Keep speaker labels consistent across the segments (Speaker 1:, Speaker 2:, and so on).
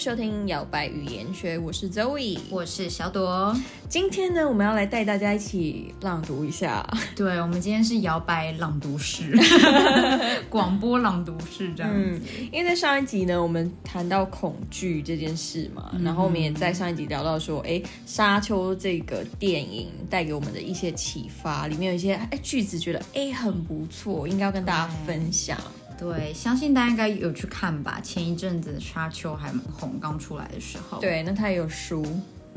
Speaker 1: 收听《摇摆语言学》，我是 Zoe。
Speaker 2: 我是小朵。
Speaker 1: 今天呢，我们要来带大家一起朗读一下。
Speaker 2: 对，我们今天是摇摆朗 读室，广播朗读室这样。
Speaker 1: 嗯，因为在上一集呢，我们谈到恐惧这件事嘛，
Speaker 2: 嗯
Speaker 1: 然后我们也在上一集聊到说，哎，《沙丘》这个电影带给我们的一些启发，里面有一些哎句子，觉得哎很不错，应该要跟大家分享。
Speaker 2: 对，相信大家应该有去看吧。前一阵子《沙丘》还蛮红，刚出来的时候。
Speaker 1: 对，那它也有书，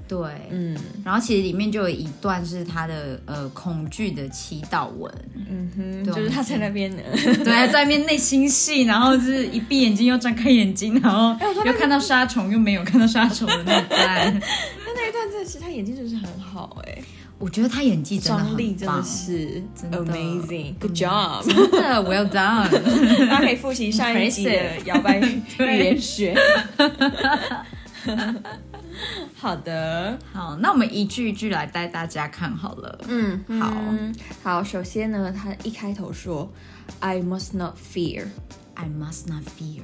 Speaker 2: 对，
Speaker 1: 嗯
Speaker 2: 然后其实里面就有一段是他的呃恐惧的祈祷文，
Speaker 1: 嗯哼，
Speaker 2: 对嗯
Speaker 1: 就是他在那边呢。
Speaker 2: 对，在面内心戏，然后就是一闭眼睛又张开眼睛，然后
Speaker 1: 哎
Speaker 2: 又看到杀虫又没有看到杀虫的那 一段。
Speaker 1: 那一段真的是他演技真的是很好哎、
Speaker 2: 我觉得他演技真的
Speaker 1: 张力
Speaker 2: 很
Speaker 1: 真的
Speaker 2: 棒，
Speaker 1: 是
Speaker 2: 真的
Speaker 1: amazing，good job。
Speaker 2: 真的 well done。
Speaker 1: 大家可以复习上一集的
Speaker 2: Impressive
Speaker 1: 摇摆语言学。 好的，
Speaker 2: 好，那我们一句一句来带大家看好了。
Speaker 1: 嗯，
Speaker 2: 好
Speaker 1: 好。首先呢，他一开头说，I must not fear，
Speaker 2: I must not fear，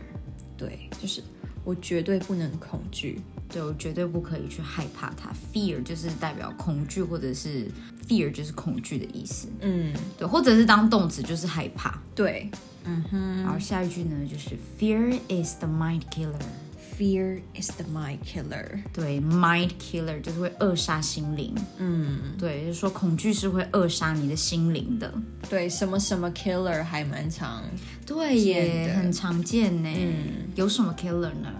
Speaker 1: 对，就是我绝对不能恐惧。
Speaker 2: 对我绝对不可以去害怕它。Fear 就是代表恐惧，或者是 fear 就是恐惧的意思。
Speaker 1: 嗯，
Speaker 2: 对，或者是当动词就是害怕。
Speaker 1: 对嗯
Speaker 2: 然后下一句呢，就是 Fear is the mind killer。
Speaker 1: ，fear is the mind killer。
Speaker 2: 对，mind killer 就是会扼杀心灵。
Speaker 1: 嗯，
Speaker 2: 对，就是说恐惧是会扼杀你的心灵的。
Speaker 1: 对，什么什么 killer 还蛮长。
Speaker 2: 对
Speaker 1: 见
Speaker 2: 耶，
Speaker 1: 的
Speaker 2: 很常见呢。有什么 killer 呢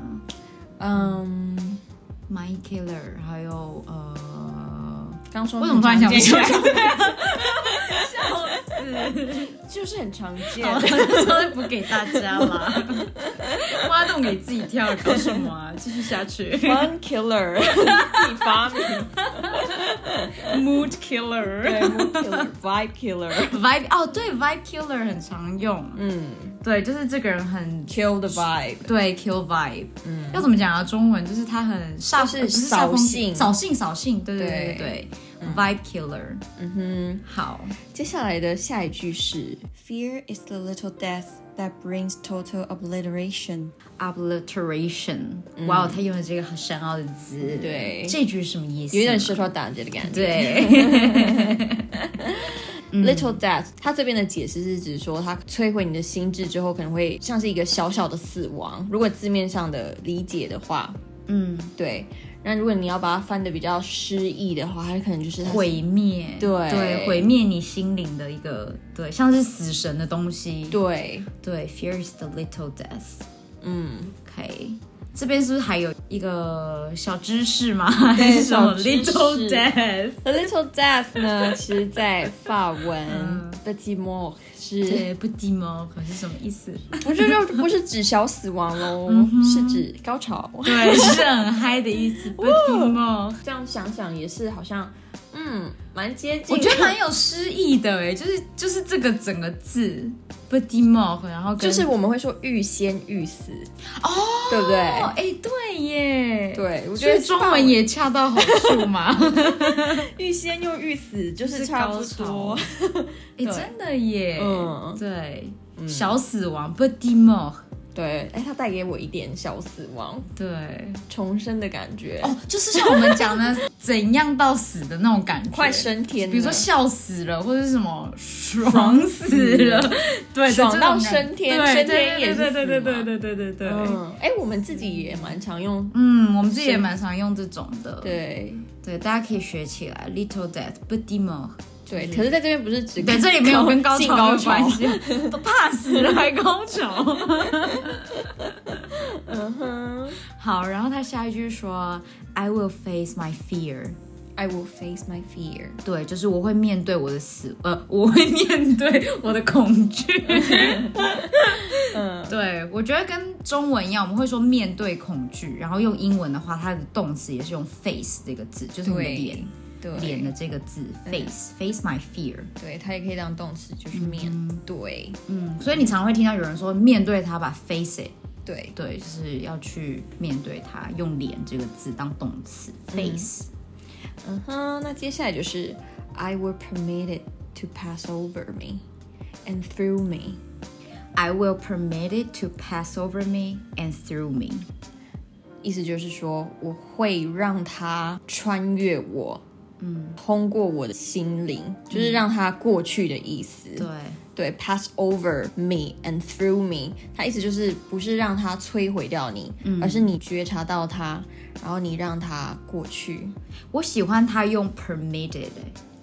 Speaker 1: 嗯，
Speaker 2: ？mind killer，还有呃，
Speaker 1: 刚说
Speaker 2: 我怎么突然想不起来？
Speaker 1: 很常见
Speaker 2: 笑
Speaker 1: 就是很常见。
Speaker 2: 好， 都补给大家啦。 挖洞给自己跳，搞什么 啊？继续下去
Speaker 1: Fun killer，自己发明。
Speaker 2: ，mood killer。
Speaker 1: 对，mood killer，vibe killer，
Speaker 2: Vibe 哦，对，vibe killer 很常用，
Speaker 1: 嗯
Speaker 2: 对，就是这个人很
Speaker 1: ，kill the vibe，
Speaker 2: 对 kill vibe，嗯，要怎么讲啊？中文就是他很煞，
Speaker 1: 就是
Speaker 2: 不是煞风
Speaker 1: 扫兴
Speaker 2: 扫兴，扫兴，对对
Speaker 1: 对
Speaker 2: 对对对、v i b e killer，
Speaker 1: 嗯
Speaker 2: 好，
Speaker 1: 哼。接下来的下一句是，Fear is the little death that brings total obliteration。
Speaker 2: obliteration，哇、哦，他用了这个很深奥的字，
Speaker 1: 嗯对
Speaker 2: 这句是什么意思？
Speaker 1: 有点社交打劫的感觉。
Speaker 2: 对，
Speaker 1: Little death，它这边的解释是指说，它摧毁你的心智之后，可能会像是一个小小的死亡。如果字面上的理解的话，
Speaker 2: 嗯，
Speaker 1: 对。那如果你要把它翻的比较诗意的话，它可能就是它是
Speaker 2: 毁灭，
Speaker 1: 对
Speaker 2: 对，毁灭你心灵的一个，对，像是死神的东西，
Speaker 1: 对，
Speaker 2: 对，fear is the little death。
Speaker 1: 嗯，
Speaker 2: OK，这边是不是还有一个小知识吗？ 还是什么
Speaker 1: 小知识
Speaker 2: little death？
Speaker 1: A little death 呢，其实在法文的 t i m o 是，
Speaker 2: 嗯对，不 d 吗？可是什么意思？
Speaker 1: 不是就不是指小死亡喽，
Speaker 2: 嗯
Speaker 1: 是指高潮。
Speaker 2: 对， 是很嗨的意思，不 d 吗？
Speaker 1: 这样想想也是，好像嗯，蛮接近。
Speaker 2: 我觉得蛮有诗意的哎，就是就是这个整个字不 d 吗？然后跟
Speaker 1: 就是我们会说欲仙欲死哦，对不
Speaker 2: 哦
Speaker 1: 对？，
Speaker 2: 哎，对耶，，
Speaker 1: 对，我
Speaker 2: 所
Speaker 1: 觉
Speaker 2: 以
Speaker 1: 得
Speaker 2: 中文也恰到好处嘛，
Speaker 1: 欲仙又欲死，就是差不多。
Speaker 2: 哎，真的耶，
Speaker 1: 嗯
Speaker 2: 对，小死亡不 d 吗？
Speaker 1: 对，哎，它带给我一点小死亡、
Speaker 2: 对。
Speaker 1: 重生的感觉，
Speaker 2: 哦，就是像我们讲的怎样到死的那种感觉，
Speaker 1: 快升天了，
Speaker 2: 比如说笑死了，或者是什么 爽死了，对，
Speaker 1: 爽
Speaker 2: 就这种
Speaker 1: 到
Speaker 2: 感觉
Speaker 1: 升天
Speaker 2: 对
Speaker 1: 升天也是
Speaker 2: 对对对
Speaker 1: 死嘛
Speaker 2: 对对对对对对。
Speaker 1: 嗯，哎，我们自己也蛮常用，
Speaker 2: 嗯，我们自己也蛮常用这种的，
Speaker 1: 对。
Speaker 2: 对，大家可以学起来。Little death, but demo。
Speaker 1: 对，可是在这边不是只
Speaker 2: 对，这里没有跟高
Speaker 1: 进
Speaker 2: 潮
Speaker 1: 高
Speaker 2: 有关
Speaker 1: 潮，
Speaker 2: 系，都怕死了还 高潮。
Speaker 1: 嗯哼
Speaker 2: 好，然后他下一句说，I will face my fear。
Speaker 1: ，I will face my fear。
Speaker 2: 对，就是我会面对我的死，呃，我会面对我的恐惧。
Speaker 1: 嗯，
Speaker 2: 对，我觉得跟中文一样，我们会说面对恐惧，然后用英文的话，它的动词也是用 face 这个字，就是你的
Speaker 1: 对
Speaker 2: 脸脸
Speaker 1: 对，
Speaker 2: 的这个字 face face my fear。
Speaker 1: 对，它也可以当动词，就是面对，
Speaker 2: 嗯，所以你常会听到有人说面对它吧，face it。
Speaker 1: 对，
Speaker 2: 对，就是要去面对它，用脸这个字当动词 face。
Speaker 1: 嗯哼。那接下来就是 I will permit it to pass over me and through me。
Speaker 2: I will permit it to pass over me and through me。
Speaker 1: 意思就是说，我会让他穿越我，嗯，通过我的心灵，就是让他过去的意思。
Speaker 2: 嗯对，
Speaker 1: 对，pass over me and through me，它意思就是不是让它摧毁掉你，而是你觉察到它，然后你让它过去。
Speaker 2: 我喜欢他用 permitted，欸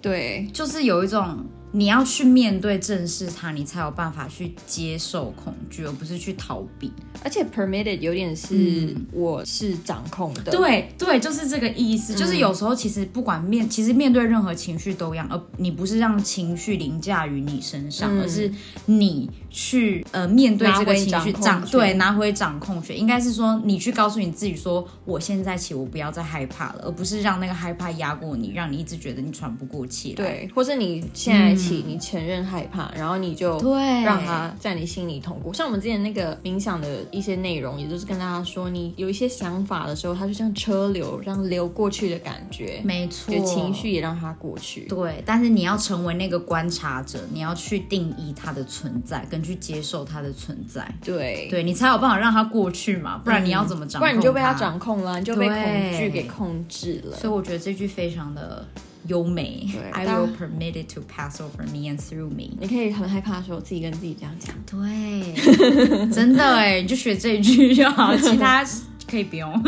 Speaker 1: 对，
Speaker 2: 就是有一种你要去面对、正视它，你才有办法去接受恐惧，而不是去逃避。
Speaker 1: 而且 permitted 有点是我是掌控的，嗯
Speaker 2: 对对，就是这个意思。就是有时候其实不管面，其实面对任何情绪都一样，而你不是让情绪凌驾于你身上，而是你去呃面对这个情
Speaker 1: 嗯拿回掌
Speaker 2: 绪
Speaker 1: 控
Speaker 2: 掌
Speaker 1: 权
Speaker 2: 对拿回掌控权，应该是说你去告诉你自己说，我现在起我不要再害怕了，而不是让那个害怕压过你，让你一直觉得你喘不过气来。
Speaker 1: 对，或是你现在起、你承认害怕，然后你就
Speaker 2: 对，
Speaker 1: 让它在你心里通过。像我们之前那个冥想的一些内容，也就是跟大家说，你有一些想法的时候，它就像车流，让流过去的感觉，
Speaker 2: 没错
Speaker 1: 就情绪也让它过去。
Speaker 2: 对，但是你要成为那个观察者，你要去定义它的存在，跟去接受它的存在，
Speaker 1: 对
Speaker 2: 对你才有办法让它过去嘛，不然你要怎么掌控、
Speaker 1: 嗯不然你就被他。掌控了，你就被
Speaker 2: 对
Speaker 1: 恐惧给控制了。
Speaker 2: 所以我觉得这句非常的优美
Speaker 1: 对
Speaker 2: ，I
Speaker 1: 大家
Speaker 2: will permit it to pass over me and through me。
Speaker 1: 你可以很害怕的时候，自己跟自己这样讲。
Speaker 2: 对， 真的哎，你就学这一句就好，其他可以不用。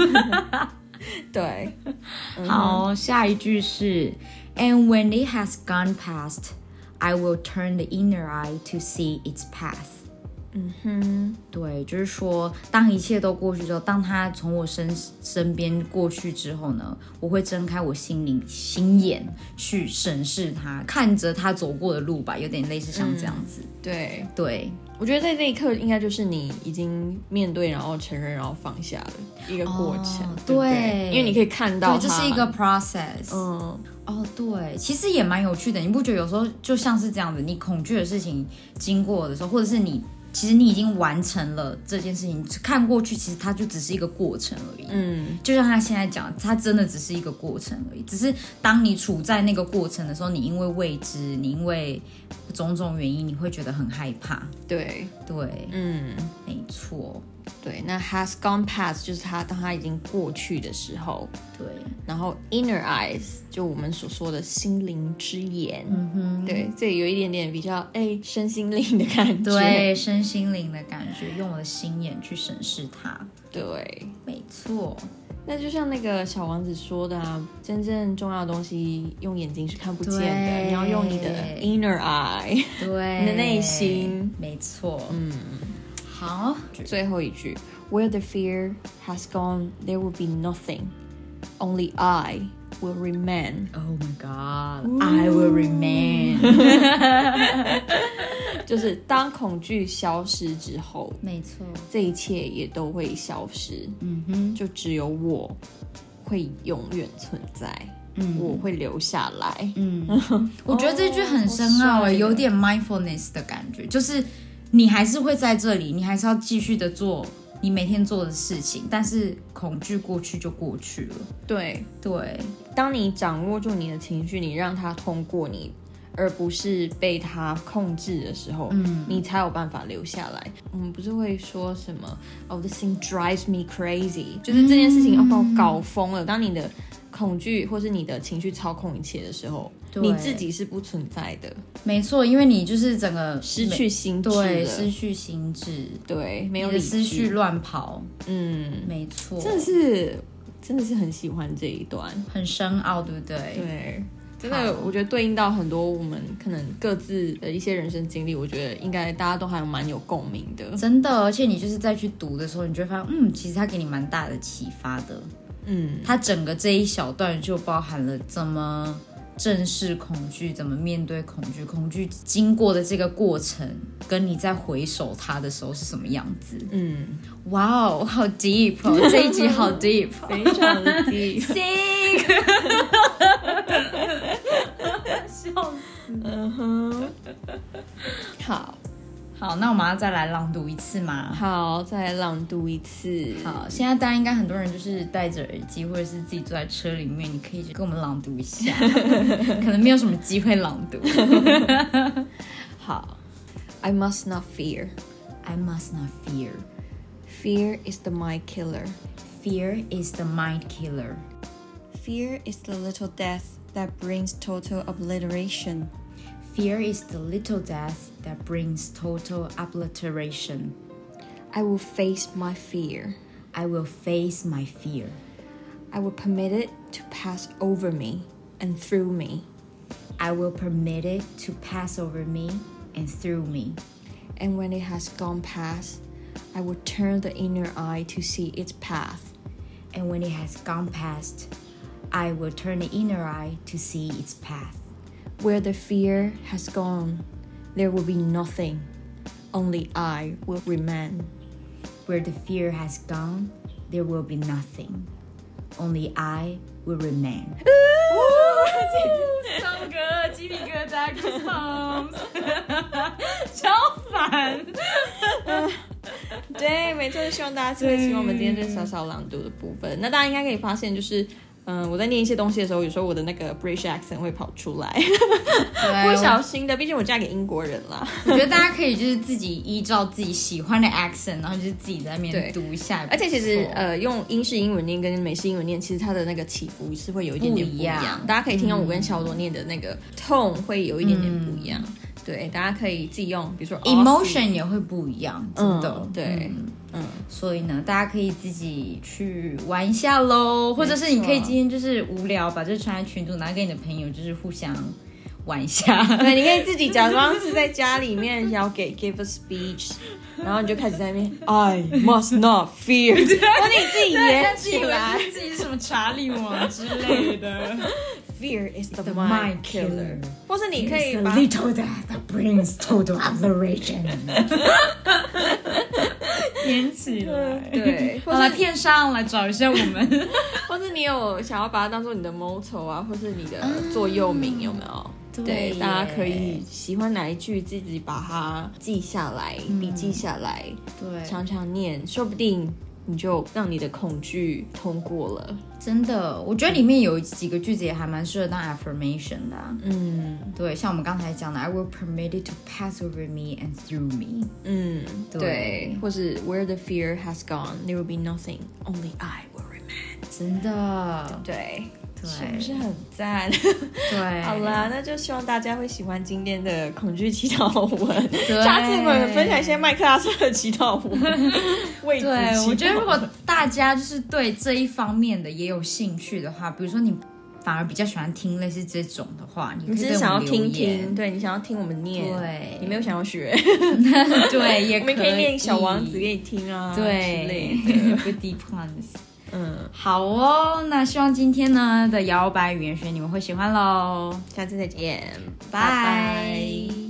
Speaker 1: 对，嗯
Speaker 2: 好，下一句是，And when it has gone past, I will turn the inner eye to see its path。嗯哼，对，就是说，当一切都过去之后，当它从我身身边过去之后呢，我会睁开我心灵心眼去审视它，看着它走过的路吧，有点类似像这
Speaker 1: 嗯
Speaker 2: 样子。
Speaker 1: 对，
Speaker 2: 对，
Speaker 1: 我觉得在那一刻，应该就是你已经面对，然后承认，然后放下的一个过程。
Speaker 2: 哦
Speaker 1: 对不对
Speaker 2: 对
Speaker 1: 因为你可以看到它，
Speaker 2: 对，这是一个 process。
Speaker 1: 嗯，
Speaker 2: 哦，对，其实也蛮有趣的。你不觉得有时候就像是这样子，你恐惧的事情经过的时候，或者是你其实你已经完成了这件事情，看过去其实它就只是一个过程而已。
Speaker 1: 嗯，
Speaker 2: 就像他现在讲，它真的只是一个过程而已。只是当你处在那个过程的时候，你因为未知，你因为种种原因，你会觉得很害怕。
Speaker 1: 对，
Speaker 2: 对，
Speaker 1: 嗯，
Speaker 2: 没错，
Speaker 1: 对。那 has gone past 就是它当它已经过去的时候，
Speaker 2: 对，
Speaker 1: 然后 inner eyes 就我们所说的心灵之眼。嗯哼，对，这里有一点点比较哎身心灵的感觉。
Speaker 2: 对，身心灵的感觉，用我的心眼去审视它。
Speaker 1: 对，
Speaker 2: 没错，
Speaker 1: 那就像那个小王子说的啊，真正重要的东西用眼睛是看不见的，
Speaker 2: 对
Speaker 1: 你要用你的 inner eye。
Speaker 2: 对，
Speaker 1: 你的内心，
Speaker 2: 没错，嗯，好，
Speaker 1: 最后一句，Where the fear has gone, there will be nothing. Only I will remain。
Speaker 2: Oh my God, I will remain。
Speaker 1: 就是当恐惧消失之后，
Speaker 2: 没错，
Speaker 1: 这一切也都会消失，
Speaker 2: 嗯哼，
Speaker 1: 就只有我会永远存在，
Speaker 2: 嗯
Speaker 1: 我会留下来。
Speaker 2: 嗯，我觉得这句很深
Speaker 1: 哦
Speaker 2: 奥
Speaker 1: 好帅啊
Speaker 2: 诶，
Speaker 1: 耶
Speaker 2: 有点 mindfulness 的感觉，就是你还是会在这里，你还是要继续的做你每天做的事情，但是恐惧过去就过去了。
Speaker 1: 对，
Speaker 2: 对，
Speaker 1: 当你掌握住你的情绪，你让它通过你，而不是被它控制的时候，嗯，你才有办法留下来。我们不是会说什么哦、t h i s thing drives me crazy，就是这件事
Speaker 2: 嗯
Speaker 1: 情要哦把我搞疯了。当你的恐惧或是你的情绪操控一切的时候，
Speaker 2: 对
Speaker 1: 你自己是不存在的，
Speaker 2: 没错，因为你就是整个
Speaker 1: 失去心智了，
Speaker 2: 对失去心智，
Speaker 1: 对，没
Speaker 2: 没
Speaker 1: 有
Speaker 2: 你的
Speaker 1: 理
Speaker 2: 思
Speaker 1: 智
Speaker 2: 绪，乱跑，
Speaker 1: 嗯，
Speaker 2: 没错，
Speaker 1: 真的是，真的是很喜欢这一段。
Speaker 2: 很深奥，对不对？
Speaker 1: 对，真的，我觉得对应到很多我们可能各自的一些人生经历，我觉得应该大家都还蛮有共鸣的。
Speaker 2: 真的，而且你就是再去读的时候，你就会发现，嗯，其实它给你蛮大的启发的。
Speaker 1: 嗯，
Speaker 2: 它整个这一小段就包含了怎么正视恐惧，怎么面对恐惧，恐惧经过的这个过程，跟你在回首它的时候是什么样子。
Speaker 1: 嗯，
Speaker 2: 哇哦，好 deep，、哦、这一集好 deep。
Speaker 1: 非常的 deep
Speaker 2: 行，
Speaker 1: 嗯哼，好
Speaker 2: 好，那我们要再来朗读一次 吗？
Speaker 1: 好，再来朗读一次。
Speaker 2: 好，现在大家应该很多人就是戴着耳机，或者是自己坐在车里面，你可以跟我们朗读一 下，可能没有什么机会朗读。
Speaker 1: 好，I must not fear.
Speaker 2: I must not fear.
Speaker 1: Fear is the mind killer.
Speaker 2: Fear is the mind killer.
Speaker 1: Fear is the little death that brings total obliteration.
Speaker 2: Fear is the little death that brings total obliteration.
Speaker 1: I will face my fear.
Speaker 2: I will face my fear.
Speaker 1: I will permit it to pass over me and through me,
Speaker 2: I will permit it to pass over me and through me.
Speaker 1: and when it has gone past, I will turn the inner eye to see its path.
Speaker 2: And when it has gone past, I will turn the inner eye to see its path.
Speaker 1: Where the fear has gone, there will be nothing. Only I will remain.
Speaker 2: Where the fear has gone, there will be nothing. Only I will remain. so good，鸡皮疙瘩，kiss palms，超烦。
Speaker 1: 对，没错，希望大家是会喜欢我们今天这小小朗读的部分。那大家应该可以发现，就是，嗯，我在念一些东西的时候，有时候我的那个 British accent 会跑出来， 不小心的。毕竟我嫁给英国人啦。
Speaker 2: 我觉得大家可以就是自己依照自己喜欢的 accent，然后就是自己在那
Speaker 1: 对
Speaker 2: 边读一下。
Speaker 1: 而且其
Speaker 2: 也
Speaker 1: 实
Speaker 2: 不错
Speaker 1: 呃，用英式英文念跟美式英文念，其实它的那个起伏是会有一点点不一样。
Speaker 2: 不一样
Speaker 1: 大家可以听到我跟小罗念的那个 tone 会有一点点不一样。对，大家可以自己用，比如说 Aussie，
Speaker 2: emotion 也会不一样，真的。
Speaker 1: 嗯对
Speaker 2: 嗯
Speaker 1: 嗯，
Speaker 2: 所以呢，大家可以自己去玩一下喽，或者是你可以今天就是无聊，把这穿在群组，拿给你的朋友，就是互相玩一 下。
Speaker 1: 对，你可以自己假装是在家里面要给 give a speech，然后你就开始在那边 I must not fear，然后你自己演
Speaker 2: 自己
Speaker 1: 起来
Speaker 2: 以为自己是什么查理王之类的
Speaker 1: ，Fear is the
Speaker 2: The
Speaker 1: mind
Speaker 2: mind
Speaker 1: killer，
Speaker 2: killer
Speaker 1: 或是你可以
Speaker 2: It's
Speaker 1: 把
Speaker 2: a little that that brings total adoration，演起来，
Speaker 1: 对
Speaker 2: 好了，片商来找一下我 们。
Speaker 1: 或是你有想要把它当做你的 motto 啊，或是你的座右铭有没有？
Speaker 2: 对耶
Speaker 1: 大家可以喜欢哪一句，自己把它记下来，笔记下来，
Speaker 2: 对
Speaker 1: 常常念，说不定你就让你的恐惧通过了。
Speaker 2: 真的，我觉得里面有几个句子也还蛮适合当 affirmation 的、啊。
Speaker 1: 嗯
Speaker 2: 对，像我们刚才讲的，I will permit it to pass over me and through me。
Speaker 1: 嗯，对，
Speaker 2: 对
Speaker 1: 或是 Where the fear has gone, there will be nothing, only I will remain。
Speaker 2: 真的，
Speaker 1: 对，
Speaker 2: 对
Speaker 1: 是不是很赞？
Speaker 2: 对，
Speaker 1: 好啦，那就希望大家会喜欢今天的恐惧祈祷文。
Speaker 2: 对
Speaker 1: 下次我们分享一些麦克阿瑟的祈祷 文。为此
Speaker 2: 对，
Speaker 1: 祈
Speaker 2: 我觉得
Speaker 1: 祷
Speaker 2: 如果大家就是对这一方面的也有兴趣的话，比如说你反而比较喜欢听类似这种的话，你可
Speaker 1: 你
Speaker 2: 以
Speaker 1: 只
Speaker 2: 对
Speaker 1: 是
Speaker 2: 我
Speaker 1: 想要
Speaker 2: 们
Speaker 1: 听
Speaker 2: 留言
Speaker 1: 听，对你想要听我们念，
Speaker 2: 对
Speaker 1: 你没有想要 学，
Speaker 2: 对，也
Speaker 1: 我们可
Speaker 2: 可
Speaker 1: 以念小王 子给你听啊，之类
Speaker 2: 对
Speaker 1: 的。
Speaker 2: ，Good plans。
Speaker 1: 嗯，
Speaker 2: 好哦，那希望今天呢的摇摆语言学你们会喜欢喽，
Speaker 1: 下次再见，
Speaker 2: 拜拜。